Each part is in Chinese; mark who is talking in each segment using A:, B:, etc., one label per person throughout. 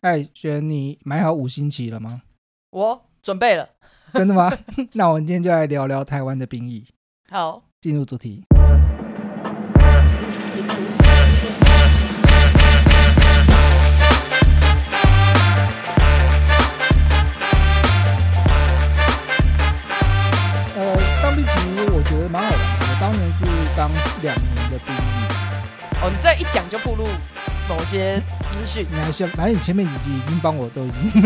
A: 艾璇，哎你买好五星旗了吗？
B: 我准备了，
A: 真的吗？ 那我们今天就来聊聊台湾的兵役。
B: 好，
A: 进入主题。呃，当兵其实我觉得蛮好玩的。我当年是当两年的兵役，
B: 哦，你这一讲就暴露某些资讯。
A: 你还像，反正你前面几集已经帮我都已经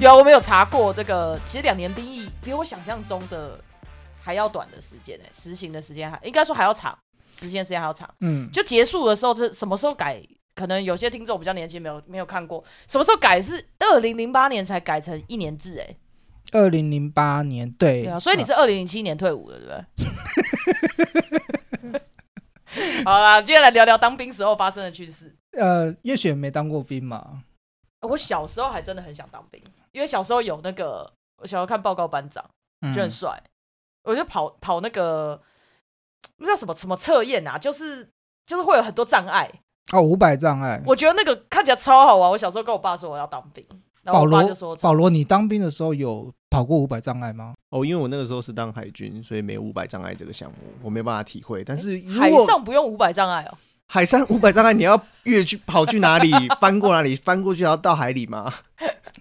B: 有啊，我们有查过这个，其实两年兵役比我想象中的还要短的时间呢、实行的时间还应该说还要长，实行的时间还要长。
A: 嗯，
B: 就结束的时候是什么时候改？可能有些听众比较年轻，没有没有看过，什么时候改是二零零八年才改成一年制、哎，
A: 二零零八年对
B: 对啊，所以你是二零零七年退伍的，对不对？ 好啦，今天来聊聊当兵时候发生的趣事。
A: 呃，叶璇没当过兵嘛？
B: 我小时候还真的很想当兵，因为小时候有那个，我小时候看报告班长，
A: 嗯
B: 就很帅，我就跑跑那个那叫什么什么测验啊，就是就是会有很多障碍，
A: 哦，五百障碍。
B: 我觉得那个看起来超好玩。我小时候跟我爸说我要当兵，然后
A: 保
B: 我爸
A: 罗
B: 就说，
A: 保罗，你当兵的时候有跑过五百障碍吗？
C: 哦，因为我那个时候是当海军，所以没有五百障碍这个项目，我没有办法体会。但是如
B: 海
C: 果
B: 上不用五百障碍哦。
C: 海上五百障碍，你要越去跑去 哪里，翻过哪里，翻过去还要到海里吗？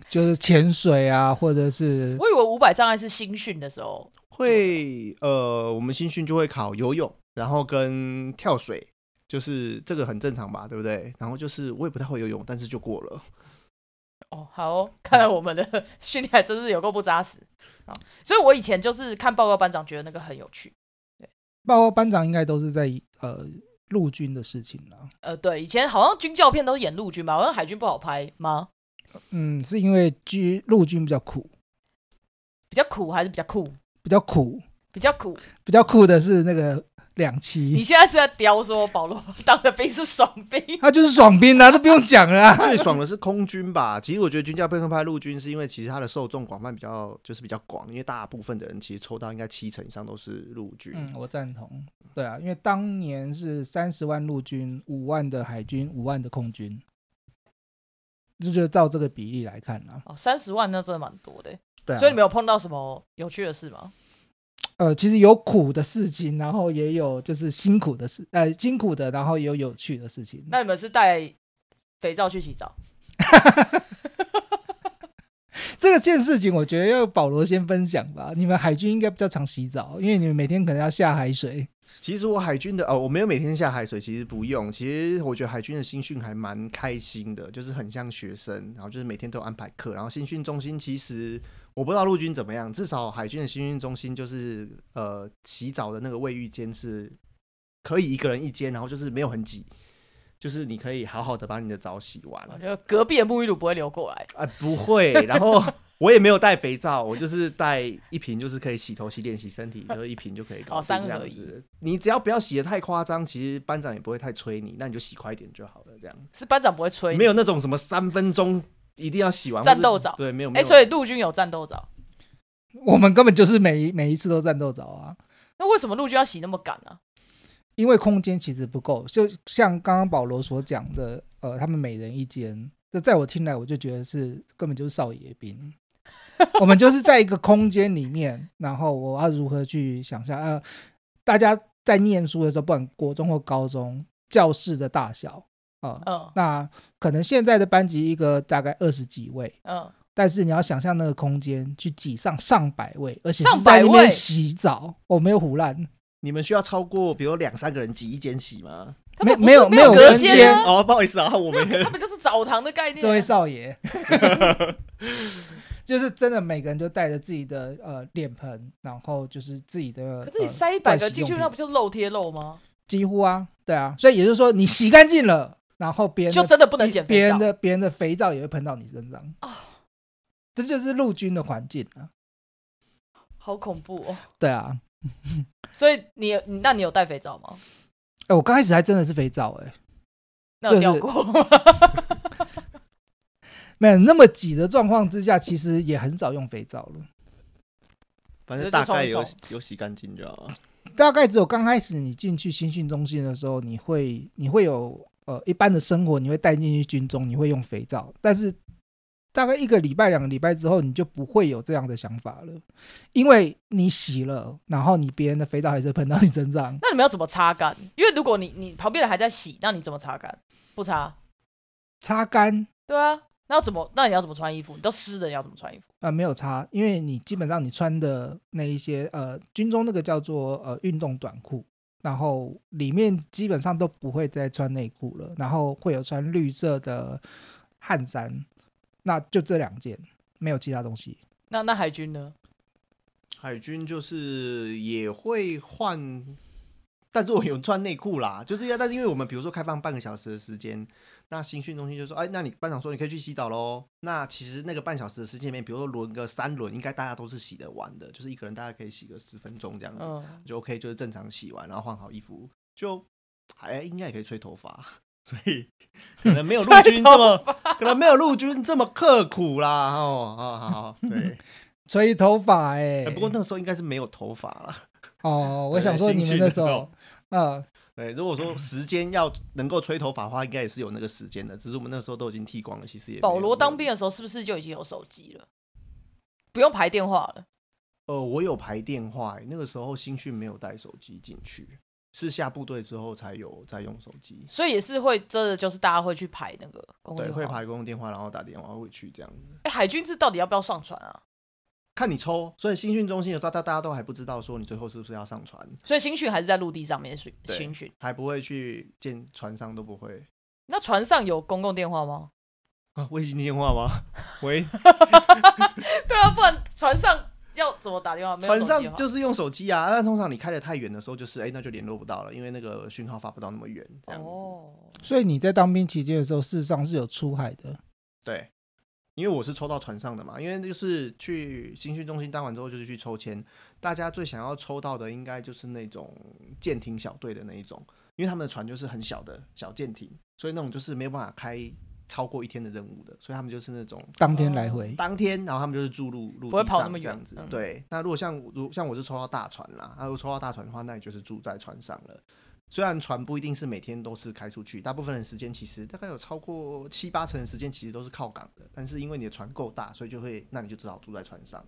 A: 就是潜水啊，或者是
B: 我以为五百障碍是新训的时候，
C: 会呃，我们新训就会考游泳，然后跟跳水，就是这个很正常吧，对不对？然后就是我也不太会游泳，但是就过 了。
B: 哦，好哦，看来我们的 训练还真是有够不扎实啊！所以我以前就是看报告班长，觉得那个很有趣。
A: 包括班长应该都是在呃陆军的事情啦。
B: 呃，对，以前好像军教片都是演陆军吧，好像海军不好拍吗？
A: 嗯，是因为居陆军比较苦，
B: 比较苦还是比较酷？
A: 比较苦，
B: 比较苦。
A: 比较酷的是那个两
B: 你
A: 栖，
B: 现在是在刁说保罗当的兵是爽兵？
A: 他就是爽兵啊，都不用讲了啊、
C: 最爽的是空军吧？其实我觉得军教配分派陆军是因为其实它的受众广泛比较就是比较广，因为大部分的人其实抽到应该七成以上都是陆军。
A: 嗯，我赞同。对啊，因为当年是三十万陆军、五万的海军、五万的空军，这就照这个比例来看啦。
B: 哦，三十万那真的蛮多的、
A: 对啊，
B: 所以你没有碰到什么有趣的事吗？
A: 呃，其实有苦的事情，然后也有就是辛苦的事，呃，辛苦的，然后也有有趣的事情。
B: 那你们是带肥皂去洗 澡？
A: 这个件事情，我觉得要保罗先分享吧。你们海军应该比较常洗澡，因为你们每天可能要下海水。
C: 其实我海军的哦，我没有每天下海水，其实不用。其实我觉得海军的新训还蛮开心的，就是很像学生，然后就是每天都有安排课，然后新训中心其实我不知道陆军怎么样，至少海军的新训中心就是呃洗澡的那个卫浴间是可以一个人一间，然后就是没有很挤，就是你可以好好的把你的澡洗完
B: 我觉得隔壁的沐浴露不会流过来。
C: 啊，不会。然后我也没有带肥皂，我就是带一瓶，就是可以洗头、洗脸、洗身体，就是一瓶就可以搞
B: 哦
C: 定
B: 三
C: 这
B: 合
C: 样
B: 一
C: 子。你只要不要洗的太夸张，其实班长也不会太催你，那你就洗快一点就好了。这样
B: 是班长不会吹你，哎
C: 没有那种什么三分钟一定要洗完
B: 战
C: 或是
B: 斗澡
C: 对，没有。没
B: 哎、
C: 有
B: 所以陆军有战斗澡，
A: 我们根本就是每每一次都战斗澡啊，
B: 那为什么陆军要洗那么啊赶呢、
A: 因为空间其实不够。就像刚刚保罗所讲的，呃，他们每人一间，这在我听来，我就觉得是根本就是少爷 兵。我们就是在一个空间里面，然后我要如何去想象？呃，大家在念书的时候，不管国中或高中，教室的大小啊、
B: 嗯
A: 那可能现在的班级一个大概二十几位，
B: 嗯，
A: 但是你要想象那个空间去挤上上百位，而且
B: 上
A: 是在
B: 百
A: 那
B: 位
A: 边洗澡，我、没有胡乱，
C: 你们需要超过，比如两三个人挤一间洗吗？
B: 他
A: 没
B: 们不是
A: 没有
B: 没有
A: 没有
B: 隔
A: 隔
B: 间
A: 间
B: 啊，
C: 哦，不好意思啊，我 们
B: 他们就是澡堂的概念、啊
A: 这位少爷， 就是真的每个人就带着自己的呃脸盆，然后就是自己的，
B: 可是你
A: 呃
B: 塞一百个进
A: 盥洗
B: 去，
A: 用品
B: 那不就漏贴漏吗？
A: 几乎啊，对啊，所以也就是说你洗干净了，然后别人
B: 就
A: 的
B: 真的不能减
A: 别
B: 肥
A: 人
B: 皂。
A: 的别人的肥皂也会喷到你身上
B: 哦
A: 这就是陆军的环境啊，
B: 好恐怖哦！
A: 对啊，
B: 所以你你那你有带肥皂吗？
A: 哎、我刚开始还真的是肥皂、哎。
B: 那有
A: 就
B: 掉
A: 是
B: 过吗？
A: 没有那么挤的状况之下，其实也很少用肥皂了。
C: 反
B: 就
C: 正
B: 是
C: 大
B: 冲
C: 概
B: 一
C: 有
B: 冲
C: 有洗干净就好了。
A: 大概只有刚开始你进去新训中心的时候，你会你会有呃一般的生活，你会带进去军中，你会用肥皂，但是大概一个礼拜、两个礼拜之后，你就不会有这样的想法了，因为你洗了，然后你别人的肥皂还是喷到你身上，
B: 那你们要怎么擦干？因为如果你你旁边人还在洗，那你怎么擦干？不擦？
A: 擦干
B: 对啊，那要怎么？那你要怎么穿衣服？你都湿的，你要怎么穿衣服？
A: 呃，没有擦，因为你基本上你穿的那一些呃军中那个叫做呃运动短裤，然后里面基本上都不会再穿内裤了，然后会有穿绿色的汗衫，那就这两件，没有其他东西。
B: 那那海军呢？
C: 海军就是也会换，但是我有穿内裤啦，就是要，但是因为我们比如说开放半个小时的时间，那新训中心就说，哎，那你班长说你可以去洗澡喽。那其实那个半小时的时间里面，比如说轮个三轮，应该大家都是洗得完的，就是一个人大概可以洗个十分钟这样子，
B: 嗯，
C: 就 OK，就是正常洗完，然后换好衣服，就还应该也可以吹头发， 所以可能没有陆军这么，可能没有陆军这么刻苦啦。哦，好好好，对。
A: 吹头发哎、
C: 哎不过那个时候应该是没有头发了。
A: 哦，我
C: 对
A: 想说
C: 新
A: 你们
C: 训
A: 那
C: 的时
A: 种
C: 候，
A: 呃，
C: 对，如果说时间要能够吹头发的话，应该也是有那个时间的，只是我们那时候都已经剃光了，其实也没有
B: 保罗当兵，的时候是不是就已经有手机了？不用排电话了。
C: 呃，我有排电话、欸那个时候新训没有带手机进去，是下部队之后才有在用手机，
B: 所以也是会真的就是大家会去排那个公共
C: 对，
B: 电
C: 会
B: 话。
C: 排公用电话，然后打电话回去这样子，
B: 哎、海军是到底要不要上传啊？看
C: 看你抽。所以新训中心的时候，大大家都还不知道说你最后是不是要上船，
B: 所以新训还是在陆地上面巡
C: 对
B: 巡巡。
C: 还不会去见船上都不会。
B: 那船上有公共电话吗？
C: 啊，卫星电话吗？喂，
B: 对啊，不然船上要怎么打电话？没有
C: 船
B: 手机
C: 上
B: 号
C: 就是用手机啊，但通常你开的太远的时候，就是哎、那就联络不到了，因为那个讯号发不到那么远，这样子。
B: 哦，
A: 所以你在当兵期间的时候，事实上是有出海的，
C: 对，因为我是抽到船上的嘛，因为就是去新训中心当完之后就是去抽签，大家最想要抽到的应该就是那种舰艇小队的那一种，因为他们的船就是很小的小舰艇，所以那种就是没有办法开超过一天的任务的，所以他们就是那种
A: 当天来
B: 哦
A: 回。
C: 当天，然后他们就是住陆陆
B: 不会
C: 地
B: 跑那
C: 上
B: 么
C: 这样
B: 远
C: 子。
B: 嗯
C: 对，那如果像如像我是抽到大船啦，啊那如果抽到大船的话，那你就是住在船上了。虽然船不一定是每天都是开出去，大部分的时间其实大概有超过七八成的时间其实都是靠港的，但是因为你的船够大，所以就会，那你就只好住在船上。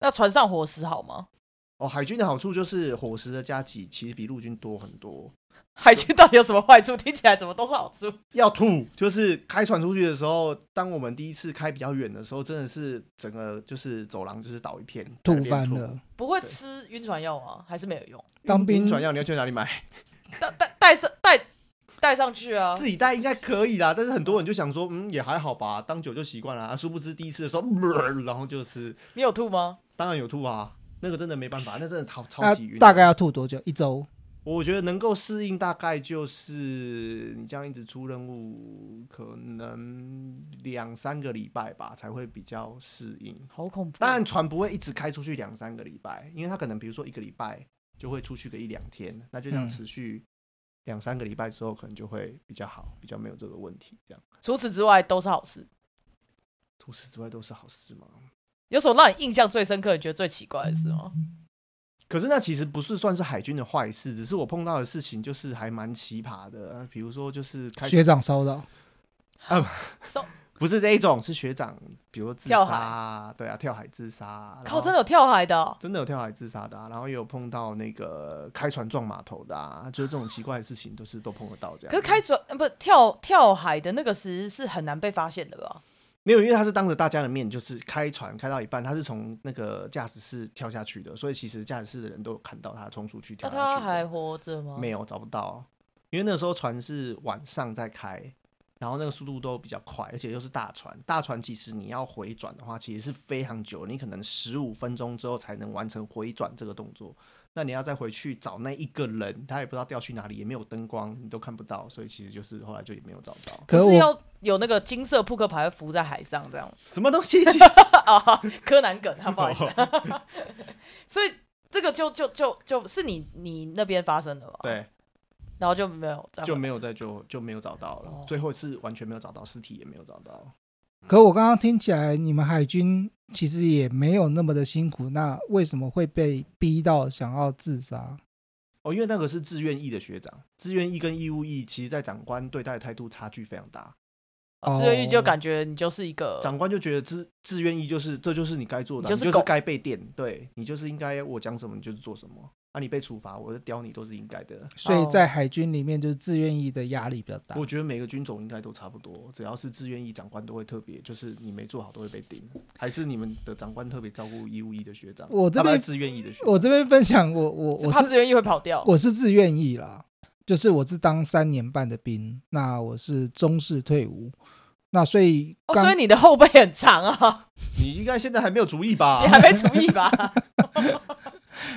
B: 那船上伙食好吗？
C: 哦，海军的好处就是伙食的加给其实比陆军多很多。
B: 海军到底有什么坏处？听 起来怎么都是好处。
C: 要吐，就是开船出去的时候，当我们第一次开比较远的时候，真的是整个就是走廊就是倒一片，
A: 吐
C: 在那边
A: 翻了，
B: 不会
C: 对
B: 吃晕船药吗？还是没有用？
A: 当
C: 晕
A: 兵
C: 转药你要去哪里买？
B: 带带 带上带带上去啊！
C: 自己带应该可以啦，但是很多人就想说，嗯，也还好吧，当酒就习惯了、啊。殊不知第一次的时候， 呃然后就是
B: 你有吐吗？
C: 当然有吐啊，那个真的没办法，那真的超超
A: 那
C: 级晕。
A: 大概要吐多久？一周？
C: 我觉得能够适应，大概就是你这样一直出任务，可能两三个礼拜吧，才会比较适应。
B: 好恐怖！
C: 当然，船不会一直开出去两三个礼拜，因为它可能比如说一个礼拜就会出去个一两天，那就这样
A: 嗯
C: 持续两三个礼拜之后，可能就会比较好，比较没有这个问题。这样，
B: 除此之外都是好事。
C: 除此之外都是好事嘛。
B: 有什么让你印象最深刻、你觉得最奇怪的事吗？
C: 可是那其实不是算是海军的坏事，只是我碰到的事情就是还蛮奇葩的，呃比如说就是开
A: 学长骚扰，
B: 手
C: 不是这一种，是学长，比如说自
B: 跳
C: 杀啊，对啊，跳海自杀啊，然
B: 靠，
C: 后
B: 真的有跳海的哦、
C: 真的有跳海自杀的、啊，然后也有碰到那个开船撞码头的啊，就是这种奇怪的事情都是都碰得到这样。
B: 可是开船呃不跳跳海的那个时是很难被发现的吧？
C: 没有，因为他是当着大家的面，就是开船开到一半，他是从那个驾驶室跳下去的，所以其实驾驶室的人都有看到他冲出去
B: 那
C: 跳下去
B: 他
C: 这样。
B: 还活着吗？
C: 没有找不到，因为那时候船是晚上在开，然后那个速度都比较快，而且又是大船。大船其实你要回转的话，其实是非常久，你可能十五分钟之后才能完成回转这个动作。那你要再回去找那一个人，他也不知道掉去哪里，也没有灯光，你都看不到，所以其实就是后来就也没有找到
A: 可
B: 不是
A: 我
B: 要有那个金色扑克牌会浮在海上这样
C: 什么东西。
B: 啊？柯南梗，他不好意思。
C: 哦
B: 所以这个就就就就是你你那边发生的吧？，
C: 对，
B: 然后就没有这样
C: 就没有再就就没有找
B: 哦
C: 到了，最后是完全没有找到尸体，也没有找到。
A: 可我刚刚听起来，你们海军其实也没有那么的辛苦，那为什么会被逼到想要自杀？
C: 哦，因为那个是志愿役的学长，志愿役跟义务役，其实在长官对待的态度差距非常大。
A: 哦
B: 自愿役就感觉你就是一个
C: 长官就觉得自自愿意就是这就是你该做的啊，
B: 呃你
C: 你
B: 就是
C: 就
B: 狗
C: 是该被电，对你就是应该我讲什么你就是做什么啊，你被处罚我在刁你都是应该的。
A: 所以
B: 哦
A: 在海军里面，就是自愿役的压力比较大
B: 啊
C: 我。觉得每个军种应该都差不多，只要是自愿役，长官都会特别，就是你没做好都会被顶，还是你们的长官特别照顾义务役的学长，
A: 我这
C: 他们
A: 边
C: 是自愿役的学长，
A: 我这边分享我，我我
B: 怕
A: 是
B: 自愿役会跑掉。
A: 我是自愿役啦，就是我是当三年半的兵，那我是中式退伍，那所以
B: 哦，
A: 刚、
B: 所以你的后背很长 啊，
C: 你应该现在还没有主意吧
B: 你？还没除役 吧？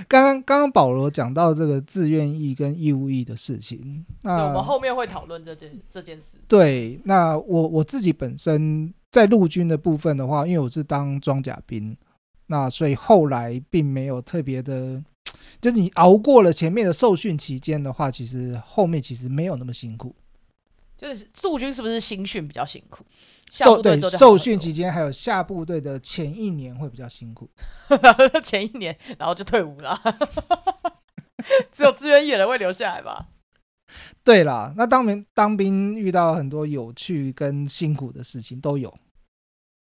A: 刚刚刚刚保罗讲到这个自愿役跟义务役的事情，
B: 对
C: 嗯
A: 那
B: 我们后面会讨论这件这件事。
A: 对，那我我自己本身在陆军的部分的话，因为我是当装甲兵，那所以后来并没有特别的，就是你熬过了前面的受训期间的话，其实后面其实没有那么辛苦。
B: 就是陆军是不是新训比较辛苦？下
A: 受
B: 部队
A: 对
B: 之后就好
A: 受
B: 很
A: 训
B: 多
A: 期间还有下部队的前一年会比较辛苦。
B: 然后 前一年，然后就退伍 了。只有自愿役的人会留下来吧？
A: 对啦，那当兵当兵遇到很多有趣跟辛苦的事情都有。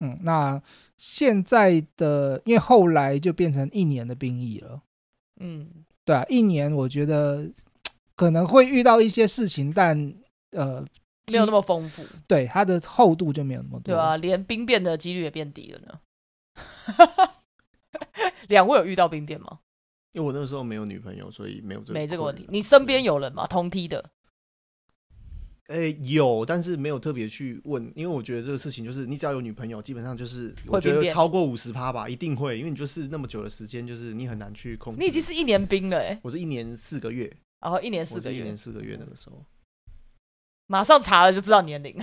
A: 嗯，那现在的因为后来就变成一年的兵役了，
B: 嗯，
A: 对啊，一年我觉得可能会遇到一些事情，但呃，
B: 没有那
A: 么
B: 么丰富，
A: 对它的厚度就没有那么多。
B: 对啊吧、连兵变的几率也变低了呢。 两位有遇到兵变吗？
C: 因为我那个时候没有女朋友，所以没有这
B: 没这个问
A: 啊
C: 困
B: 题。
C: 扰
B: 你身边有人吗？同梯的？
C: 诶、有，但是没有特别去问，因为我觉得这个事情就是，你只要有女朋友，基本上就是我
B: 会
C: 觉
B: 兵
C: 得
B: 变
C: 超过五十趴吧，一定会，因为你就是那么久的时间，就是你很难去控制。
B: 你已经是一年兵了哎、欸，
C: 我是一年四个月，
B: 然后一年四
C: 我
B: 个
C: 是一
B: 月嗯
C: 年，
A: 嗯
C: 四个月那个时候，
B: 马上查了就 知道年龄。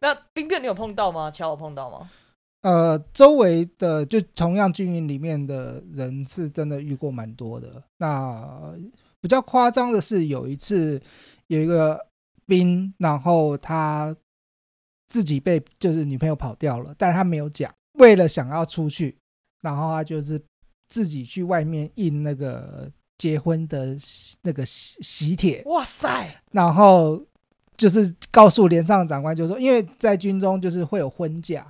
B: 那兵变你有碰到吗？乔有碰到吗？
A: 呃，周围的就同样军营里面的人是真的遇过蛮多的。那比较夸张的是，有一次有一个兵，然后他自己被就是女朋友跑掉了，但他没有讲，为了想要出去，然后他就是自己去外面印那个结婚的那个喜喜帖，
B: 哇塞，
A: 然后就是告诉连上长官，就说因为在军中就是会有婚假，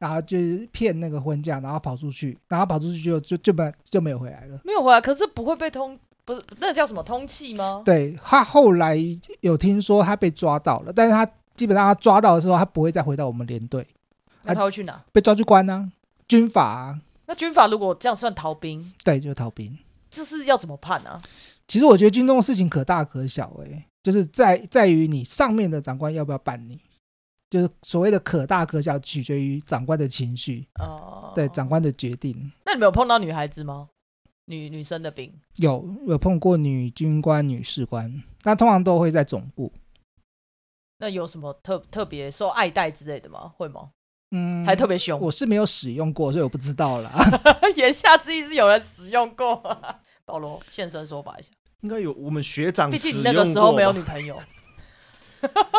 A: 然后就是骗那个婚假，然后跑出去，然后跑出去就就就没就没有回来了。
B: 没有回来，可是不会被通，不是那叫什么通气吗？
A: 对他后来有听说他被抓到了，但是他基本上他抓到的时候，他不会再回到我们连队，
B: 那
A: 啊
B: 他会去哪？
A: 被抓去关啊，军法啊，
B: 那军法如果这样算逃兵，
A: 对，就是逃兵。
B: 这是要怎么判啊？
A: 其实我觉得军中的事情可大可小、欸，就是在在于你上面的长官要不要办你，就是所谓的可大可小，取决于长官的情绪。
B: 哦、
A: 对长。官的决定。
B: 那你们有碰到女孩子吗？女女生的兵，
A: 有有碰过女军官、女士官，那通常都会在总部。
B: 那有什么特特别受爱戴之类的吗？会吗？
A: 嗯，
B: 还特别凶？
A: 我是没有使用过，所以我不知道啦。
B: 言下之意是有人使用过。啊保罗现身说法一下，
C: 应该有我们学长
B: 毕
C: 使
B: 竟你
C: 用
B: 那个时候
C: 过
B: 没有
C: 吧
B: 女朋友，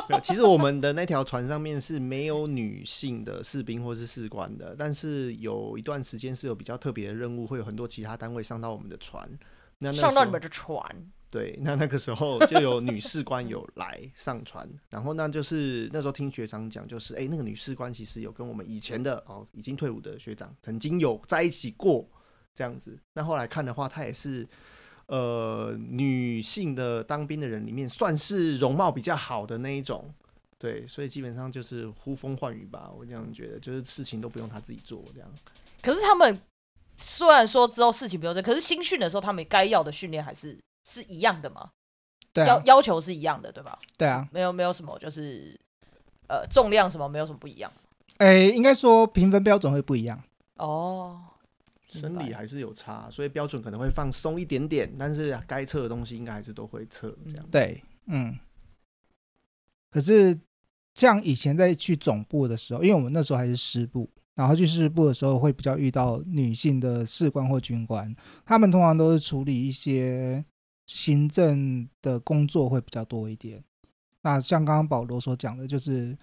C: 没有其实我们的那条船上面是没有女性的士兵或是士官的，但是有一段时间是有比较特别的任务，会有很多其他单位上到我们的船。那那
B: 上到你
C: 时候
B: 们的船，
C: 对，那那个时候就有女士官有来上船，然后那就是那时候听学长讲，就是哎、诶那个女士官其实有跟我们以前的哦已经退伍的学长曾经有在一起过这样子。那后来看的话，她也是呃女性的当兵的人里面算是容貌比较好的那一种。对，所以基本上就是呼风唤雨吧，我这样觉得，就是事情都不用她自己做，这样
B: 可是他们虽然说之后事情不用这，可是新训的时候他们该要的训练还是是一样的嘛，
A: 对
B: 要
A: 啊，
B: 要求是一样的，对吧？
A: 对啊，
B: 没有没有什么就是呃重量什么没有什么不一样
A: 诶，应该说评分标准会不一样。
B: 哦。明
C: 生
B: 白
C: 理还是有差，所以标准可能会放松一点点，但是啊该测的东西应该还是都会测，这样。
A: 对，嗯。可是像以前在去总部的时候，因为我们那时候还是师部，然后去师部的时候会比较遇到女性的士官或军官，他们通常都是处理一些行政的工作会比较多一点。那像刚刚保罗所讲的，就是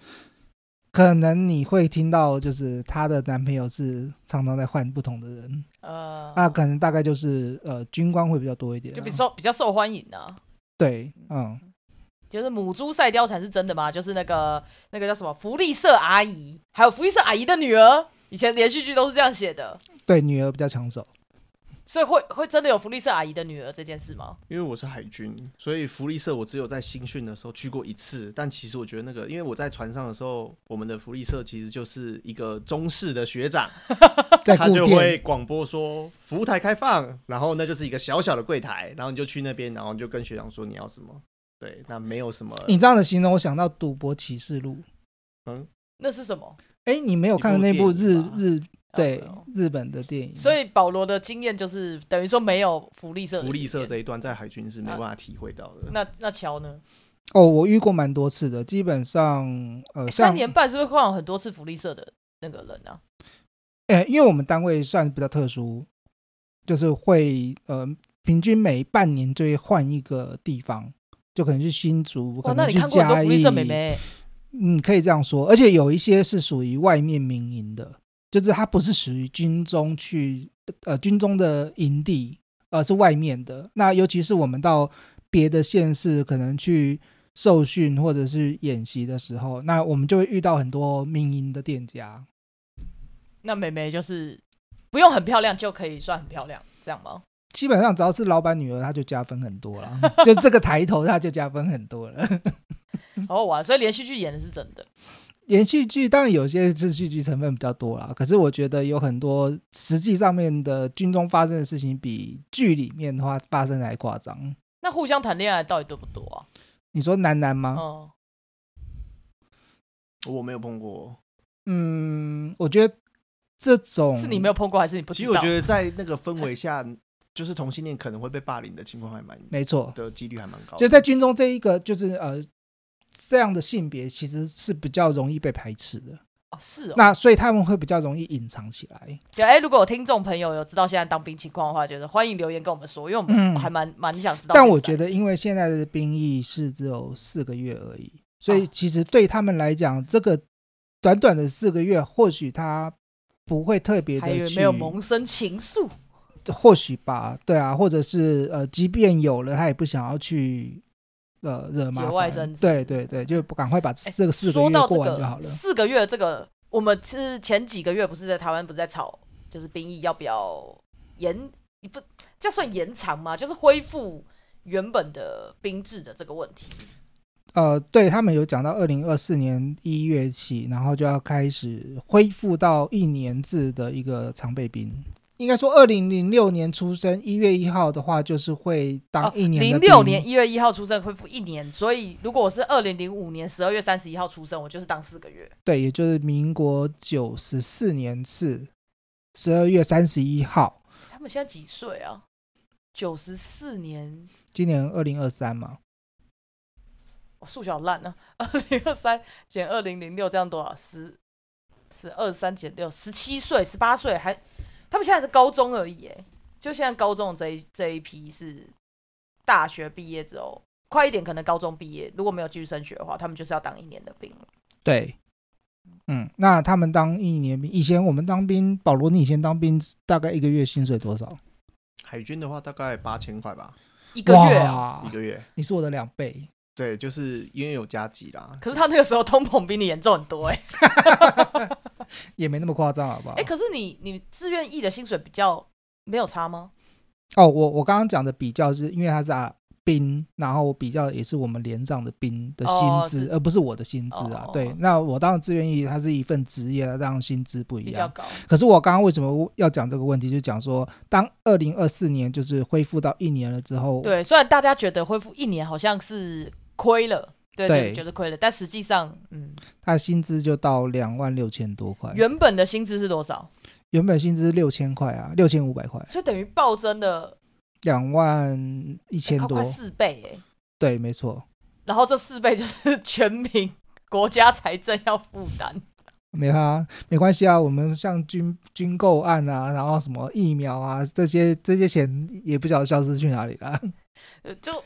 A: 可能你会听到，就是她的男朋友是常常在换不同的人，
B: 呃，
A: 那可能大概就是呃军官会比较多一点啊，
B: 就比较受比较受欢迎啊。
A: 对，嗯，
B: 就是母猪赛貂蝉是真的吗？就是那个那个叫什么福利社阿姨，还有福利社阿姨的女儿，以前连续剧都是这样写的，
A: 对，女儿比较抢手。
B: 所以会会真的有福利社阿姨的女儿这件事吗？
C: 因为我是海军，所以福利社我只有在新训的时候去过一次。但其实我觉得那个，因为我在船上的时候，我们的福利社其实就是一个中式的学长，
A: 在
C: 他
A: 固
C: 就
A: 定
C: 会广播说服务台开放，然后那就是一个小小的柜台，然后你就去那边，然后你就跟学长说你要什么。对，那没有什么。
A: 你这样的形容，我想到《赌博启示录》。
B: 那是什么？
A: 哎，你没有看过那部
C: 一部电
A: 日
C: 影吧
A: 日对
B: 啊
A: 日本的电影？
B: 所以保罗的经验就是等于说没有福利社的
C: 福利社
B: 经验
C: 这一端在海军是没办法体会到的。
B: 那那乔呢？
A: 哦，我遇过蛮多次的，基本上呃，
B: 诶
A: 像
B: 三年半是不是换了很多次福利社的那个人啊？
A: 哎，因为我们单位算比较特殊，就是会呃，平均每半年就会换一个地方，就可能是新竹，
B: 哇，
A: 可
B: 那
A: 能
B: 你
A: 是
B: 看过很
A: 嘉
B: 多福利
A: 义
B: 社，妹妹，
A: 嗯，可以这样说。而且有一些是属于外面民营的，就是它不是属于军中去呃军中的营地，而、是外面的。那尤其是我们到别的县市，可能去受训或者是演习的时候，那我们就会遇到很多民营的店家。
B: 那妹妹就是不用很漂亮就可以算很漂亮，这样吗？
A: 基本上只要是老板女儿，她就加分很多了， 就这个抬头她就加分很多了。嗯
B: 好好玩，哦所以连续剧演的是真的。
A: 连续剧当然有些是戏剧成分比较多啦，可是我觉得有很多实际上面的军中发生的事情比剧里面的话发生的还夸张。
B: 那互相谈恋爱到底多不多啊？
A: 你说男男吗？
B: 嗯，
C: 我没有碰过。
A: 嗯，我觉得这种
B: 是你没有碰过还是你不
C: 其
B: 知
C: 实我
B: 道？
C: 觉得在那个氛围下，就是同性恋可能会被霸凌的情况还蛮
A: 没错，
C: 的几率还蛮
B: 哦
C: 高的。
A: 就在军中这一个就是呃这样的性别其实是比较容易被排斥的，
B: 哦，是哦。
A: 那所以他们会比较容易隐藏起来。
B: 对哎、如果有听众朋友有知道现在当兵情况的话，就是欢迎留言跟我们说，因为我们
A: 嗯
B: 还蛮蛮、想知道。
A: 但我觉，得，因为现在的兵役是只有四个月而已，所以
B: 哦
A: 其实对他们来讲，这个短短的四个月，或许他不会特别
B: 还以
A: 的
B: 为
A: 去，
B: 没有萌生情愫，
A: 或许吧，对啊，或者是呃，即便有了，他也不想要去呃惹麻
B: 节
A: 烦，
B: 外生枝
A: 对
B: 哎
A: 对对，就不赶快把这个四个
B: 说
A: 月
B: 到这
A: 过完就好
B: 个
A: 了。
B: 四个月，这个我们是前几个月不是在台湾不是在吵，就是兵役要不要延？你不这样算延长吗？就是恢复原本的兵制的这个问题。
A: 呃，对他们有讲到二零二四年一月起，然后就要开始恢复到一年制的一个常备兵。应该说，二零零六年出生，一月一号的话，就是会当一年的
B: 哦
A: 兵。
B: 零六年一月一号出生，恢复一年，所以如果我是二零零五年十二月三十一号出生，我就是当四个月。
A: 对，也就是民国九十四年是十二月三十一号，
B: 他们现在几岁啊？九十四年，
A: 今年二零二三嘛，
B: 我数学好烂啊！ 二零二三减二零零六，这样多少？十十二三减六，十七岁、十八岁，还他们现在是高中而已，哎，就现在高中的这一这一批是大学毕业之后，快一点可能高中毕业，如果没有继续升学的话，他们就是要当一年的兵了。
A: 对。嗯，那他们当一年兵，以前我们当兵，保罗，你以前当兵大概一个月薪水多少？
C: 海军的话，大概八千块吧，
B: 一个月啊！
A: 哇
C: 一，个月。
A: 你是我的两倍。
C: 对，就是因为有加急啦。
B: 可是他那个时候通膨比你严重很多哎、
A: 也没那么夸张，好不好？
B: 哎、可是你你志愿役的薪水比较没有差吗？
A: 哦，我我刚刚讲的比较是因为他是啊兵，然后我比较也是我们连长的兵的
B: 哦
A: 薪资，
B: 是
A: 而不是我的薪资啊。
B: 哦
A: 对，那我当然自愿意，它是一份职业，当然薪资不一
B: 比较
A: 样。
B: 高，
A: 可是我刚刚为什么要讲这个问题？就讲说，当二零二四年就是恢复到一年了之后，
B: 对。虽然大家觉得恢复一年好像是亏了，对
A: 对
B: 对，觉得亏了，但实际上，嗯，
A: 他的薪资就到两万六千多块，
B: 原本的薪资是多少？
A: 原本薪资六千块啊，六千五百块，
B: 所以等于暴增了
A: 两万一
B: 哎
A: 千
B: 快
A: 多
B: 快，四倍哎、
A: 对，没错，
B: 然后这四倍就是 全民国家财政要负担，
A: 没啊，没关系啊，我们像军军购案啊，然后什么疫苗啊，这些这些钱也不晓得消失去哪里了。
B: 呃就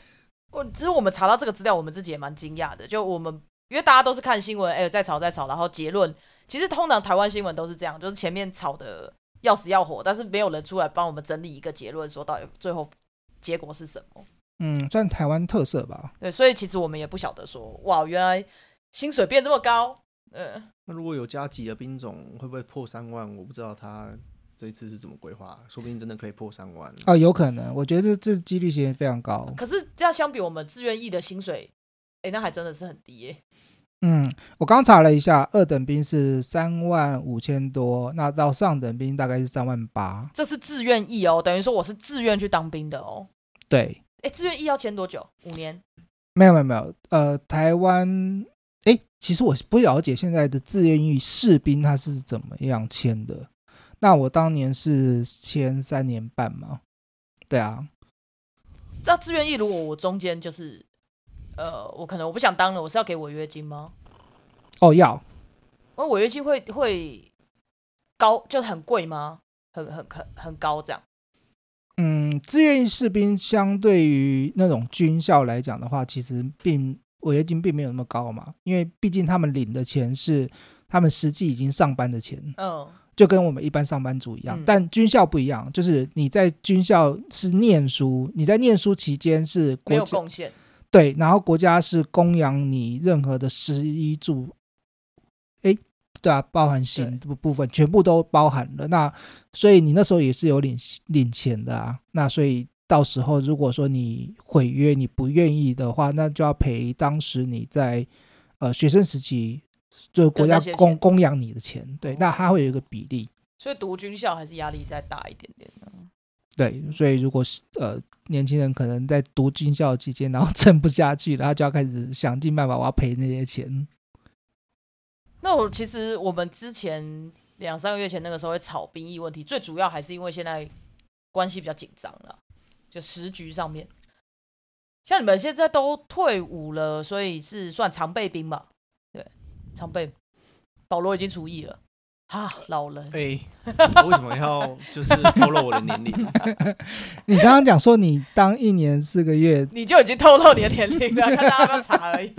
B: 我只是我们查到这个资料，我们自己也蛮惊讶的。就我们因为大家都是看新闻，哎、在吵在吵，然后结论其实通常台湾新闻都是这样，就是前面吵的要死要活，但是没有人出来帮我们整理一个结论，说到底最后结果是什么。
A: 嗯，算台湾特色吧。
B: 对，所以其实我们也不晓得说，哇，原来薪水变这么高，呃，
C: 那如果有加急的兵种，会不会破三万？我不知道他这一次是怎么规划，说不定真的可以破三万。
A: 啊、有可能，我觉得这这几率其实非常高。
B: 可是这样相比我们自愿役的薪水，哎，那还真的是很低耶。
A: 嗯，我刚查了一下，二等兵是三万五千多，那到上等兵大概是三万八。
B: 这是自愿役哦，等于说我是自愿去当兵的哦。
A: 对，
B: 哎，自愿役要签多久？五年？
A: 没有没有没有，呃，台湾，哎，其实我是不了解现在的自愿役士兵他是怎么样签的。那我当年是签三年半嘛，对啊，
B: 那自愿役如果我中间就是，呃，我可能我不想当了，我是要给违约金吗？
A: 哦要，
B: 因为违约金会会高，就是很贵吗？很很很很高这样。
A: 嗯，自愿役士兵相对于那种军校来讲的话，其实并违约金并没有那么高嘛，因为毕竟他们领的钱是他们实际已经上班的钱，
B: 嗯，
A: 就跟我们一般上班族一样。
B: 嗯
A: 但军校不一样，就是你在军校是念书，你在念书期间是
B: 没
A: 国
B: 有
A: 家
B: 贡献。
A: 对，然后国家是供养你任何的食衣住，诶，对啊，包含薪这部分全部都包含了。那所以你那时候也是有领领钱的啊。那所以到时候如果说你毁约，你不愿意的话，那就要赔当时你在呃学生时期就是国
B: 的
A: 家
B: 那些
A: 供
B: 钱哦
A: 供养你的钱。对，那它会有一个比例。
B: 所以读军校还是压力再大一点点。
A: 对，所以如果是呃年轻人可能在读军校期间，然后撑不下去，然后就要开始想尽办法我要赔那些钱。
B: 那我其实我们之前两三个月前那个时候会吵兵役问题，最主要还是因为现在关系比较紧张了，就时局上面。像你们现在都退伍了，所以是算常备兵吧？对，常备。保罗已经除役了，哈，老人。
C: 哎、为什么要就是透露我的年龄？
A: 你刚刚讲说你当一年四个月，
B: 你就已经透露你的年龄了，看大家要不要查而已。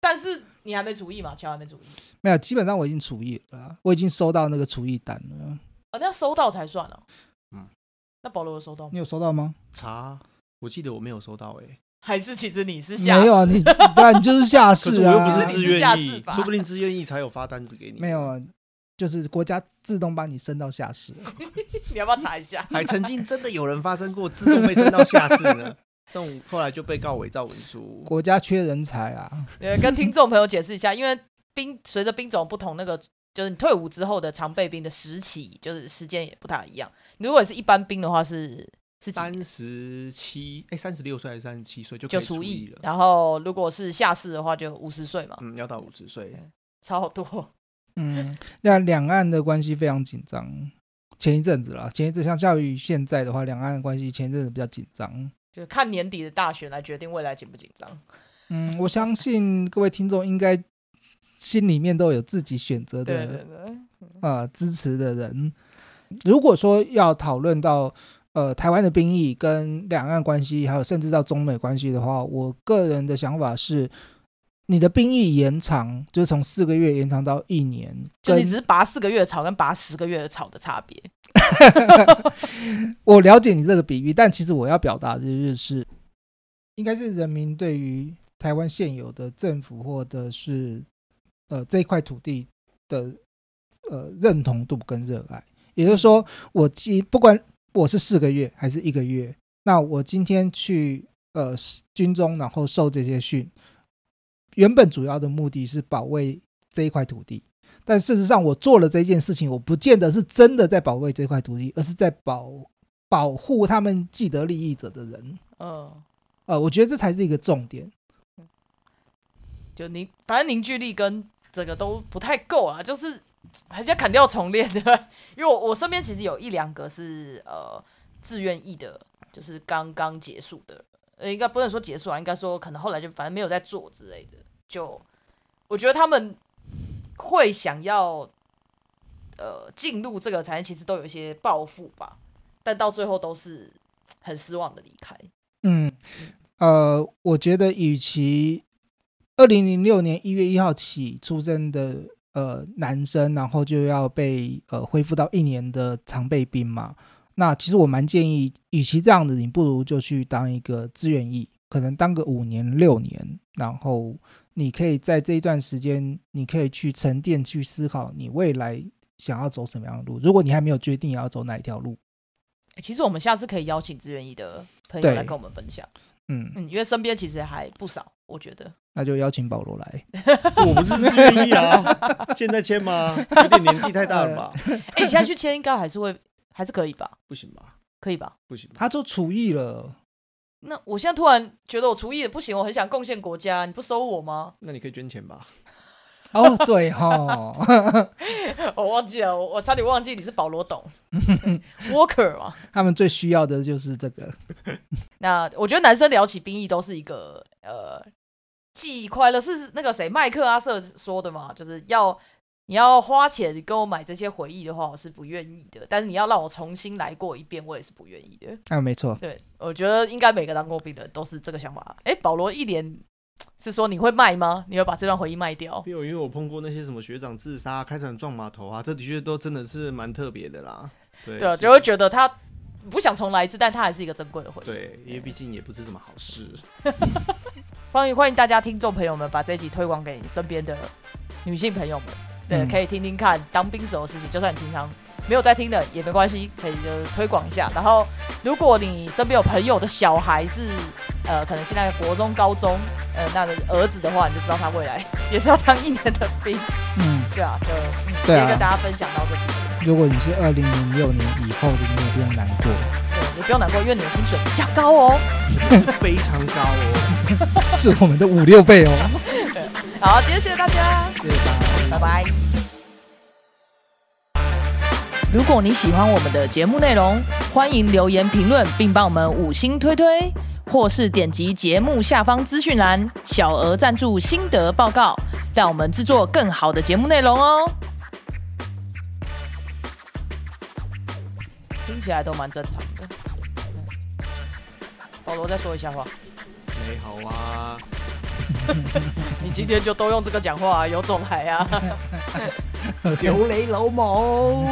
B: 但是你还没除役嘛？乔还没除役，
A: 没有，基本上我已经除役了啊，我已经收到那个除役单了。
B: 哦，那要收到才算哦。
C: 嗯，
B: 那保罗有收到吗？
A: 你有收到吗？
C: 查，我记得我没有收到哎、
B: 还是其实你是吓
A: 没有啊，
B: 死
A: 你对啊，你就是下
C: 可
A: 士
C: 我又
A: 啊
C: 不
B: 你
C: 是，
B: 是
C: 自愿
B: 下士
C: 意
B: 吧，
C: 说不定自愿意才有发单子给你。
A: 没有，啊，就是国家自动把你升到下士了。
B: 你要不要查一下？
C: 还曾经真的有人发生过自动被升到下士呢。这种后来就被告伪造文书。
A: 国家缺人才啊，
B: 呃，跟听众朋友解释一下，因为兵随着兵种不同，那个就是你退伍之后的常备兵的时期，就是时间也不太一样。如果是一般兵的话是，是几
C: 三十七，哎，三十六岁还是三十七岁就可
B: 就
C: 以除
B: 役
C: 了，？
B: 然后如果是下士的话就五十岁嘛，
C: 嗯，要到五十岁。
B: 差好多。
A: 嗯，那两岸的关系非常紧张。前一阵子啦，前一阵相较于现在的话，两岸的关系前一阵子比较紧张。
B: 就是看年底的大选来决定未来紧不紧张。
A: 嗯，我相信各位听众应该心里面都有自己选择
B: 对
A: 的
B: 对对，
A: 呃支持的人。如果说要讨论到呃台湾的兵役跟两岸关系，还有甚至到中美关系的话，我个人的想法是，你的兵役延长就是从四个月延长到一年，
B: 就你只
A: 跟
B: 是拔四个月的草跟拔十个月的草的差别。
A: 我了解你这个比喻，但其实我要表达的就是是，应该是人民对于台湾现有的政府或者是呃这块土地的呃认同度跟热爱。也就是说，我今不管我是四个月还是一个月，那我今天去呃军中，然后受这些训，原本主要的目的是保卫这一块土地。但事实上，我做了这件事情，我不见得是真的在保卫这块土地，而是在保保护他们既得利益者的人。
B: 嗯，
A: 呃，我觉得这才是一个重点。
B: 就凝，反正凝聚力跟这个都不太够啊，就是还是要砍掉重练 的。因为我我身边其实有一两个是呃志愿役的，就是刚刚结束的，呃，应该不能说结束啊，应该说可能后来就反正没有在做之类的。就我觉得他们会想要呃进入这个产业，其实都有一些抱负吧，但到最后都是很失望的离开。欸
A: 嗯，呃，我觉得与其二零零六年一月一号起出生的呃男生，然后就要被呃恢复到一年的常备兵嘛，那其实我蛮建议，与其这样子，你不如就去当一个志愿役，可能当个五年六年，然后你可以在这一段时间，你可以去沉淀，去思考你未来想要走什么样的路。如果你还没有决定你要走哪一条路，
B: 欸其实我们下次可以邀请志愿役的朋友
A: 对
B: 来跟我们分享，
A: 嗯，
B: 嗯，因为身边其实还不少，我觉得。
A: 那就邀请保罗来。
C: 我不是自愿意啊， 现在签吗？有点年纪太大了吧？
B: 哎、你现在去签应该还是会，还是可以吧？
C: 不行吧？
B: 可以吧？
C: 不行吧？
A: 他做厨艺了，
B: 那我现在突然觉得我厨艺也不行，我很想贡献国家，你不收我吗？
C: 那你可以捐钱吧？
A: 哦，对哈，
B: 我忘记了，我我差点忘记你是保罗董 Walker 嘛。
A: 他们最需要的就是这个。
B: 那我觉得男生聊起兵役都是一个呃，既快乐是那个谁麦克阿瑟说的嘛，就是要你要花钱跟我买这些回忆的话，我是不愿意的。但是你要让我重新来过一遍，我也是不愿意的。
A: 啊，没错，
B: 对，我觉得应该每个当过兵的人都是这个想法。哎，保罗一脸是说你会卖吗？你要把这段回忆卖掉？
C: 因为因为我碰过那些什么学长自杀、开船撞码头啊，这的确都真的是蛮特别的啦。对
B: 对啊，
C: 对，
B: 就会觉得他不想重来一次，但他还是一个珍贵的回忆。
C: 对，因为毕竟也不是什么好事。
B: 欢迎欢迎大家听众朋友们把这一集推广给你身边的女性朋友们，对，
A: 嗯
B: 可以听听看当兵时候的事情，就算你平常没有在听的也没关系，可以就是推广一下。然后，如果你身边有朋友的小孩是呃，可能现在国中、高中，呃，那个儿子的话，你就知道他未来 也是要当一年的兵，
A: 嗯，
B: 对啊，就嗯
A: 对啊
B: 先跟大家分享到这里，
A: 如果你是二零零六年以后的，你也不用难过。
B: 对，也不用难过，因为你的薪水比较高哦。
C: 非常高哦。
A: 是我们的五六倍哦。
B: 好，今天谢谢大家。
A: 对吧？
B: 拜拜。如果你喜欢我们的节目内容，欢迎留言评论，并帮我们五星推推，或是点击节目下方资讯栏小额赞助心得报告，让我们制作更好的节目内容哦。听起来都蛮正常的。保罗再说一下话，
C: 没好 啊，
B: 你今天就都啊用这个讲话、有种来啊！
C: 刘雷老某。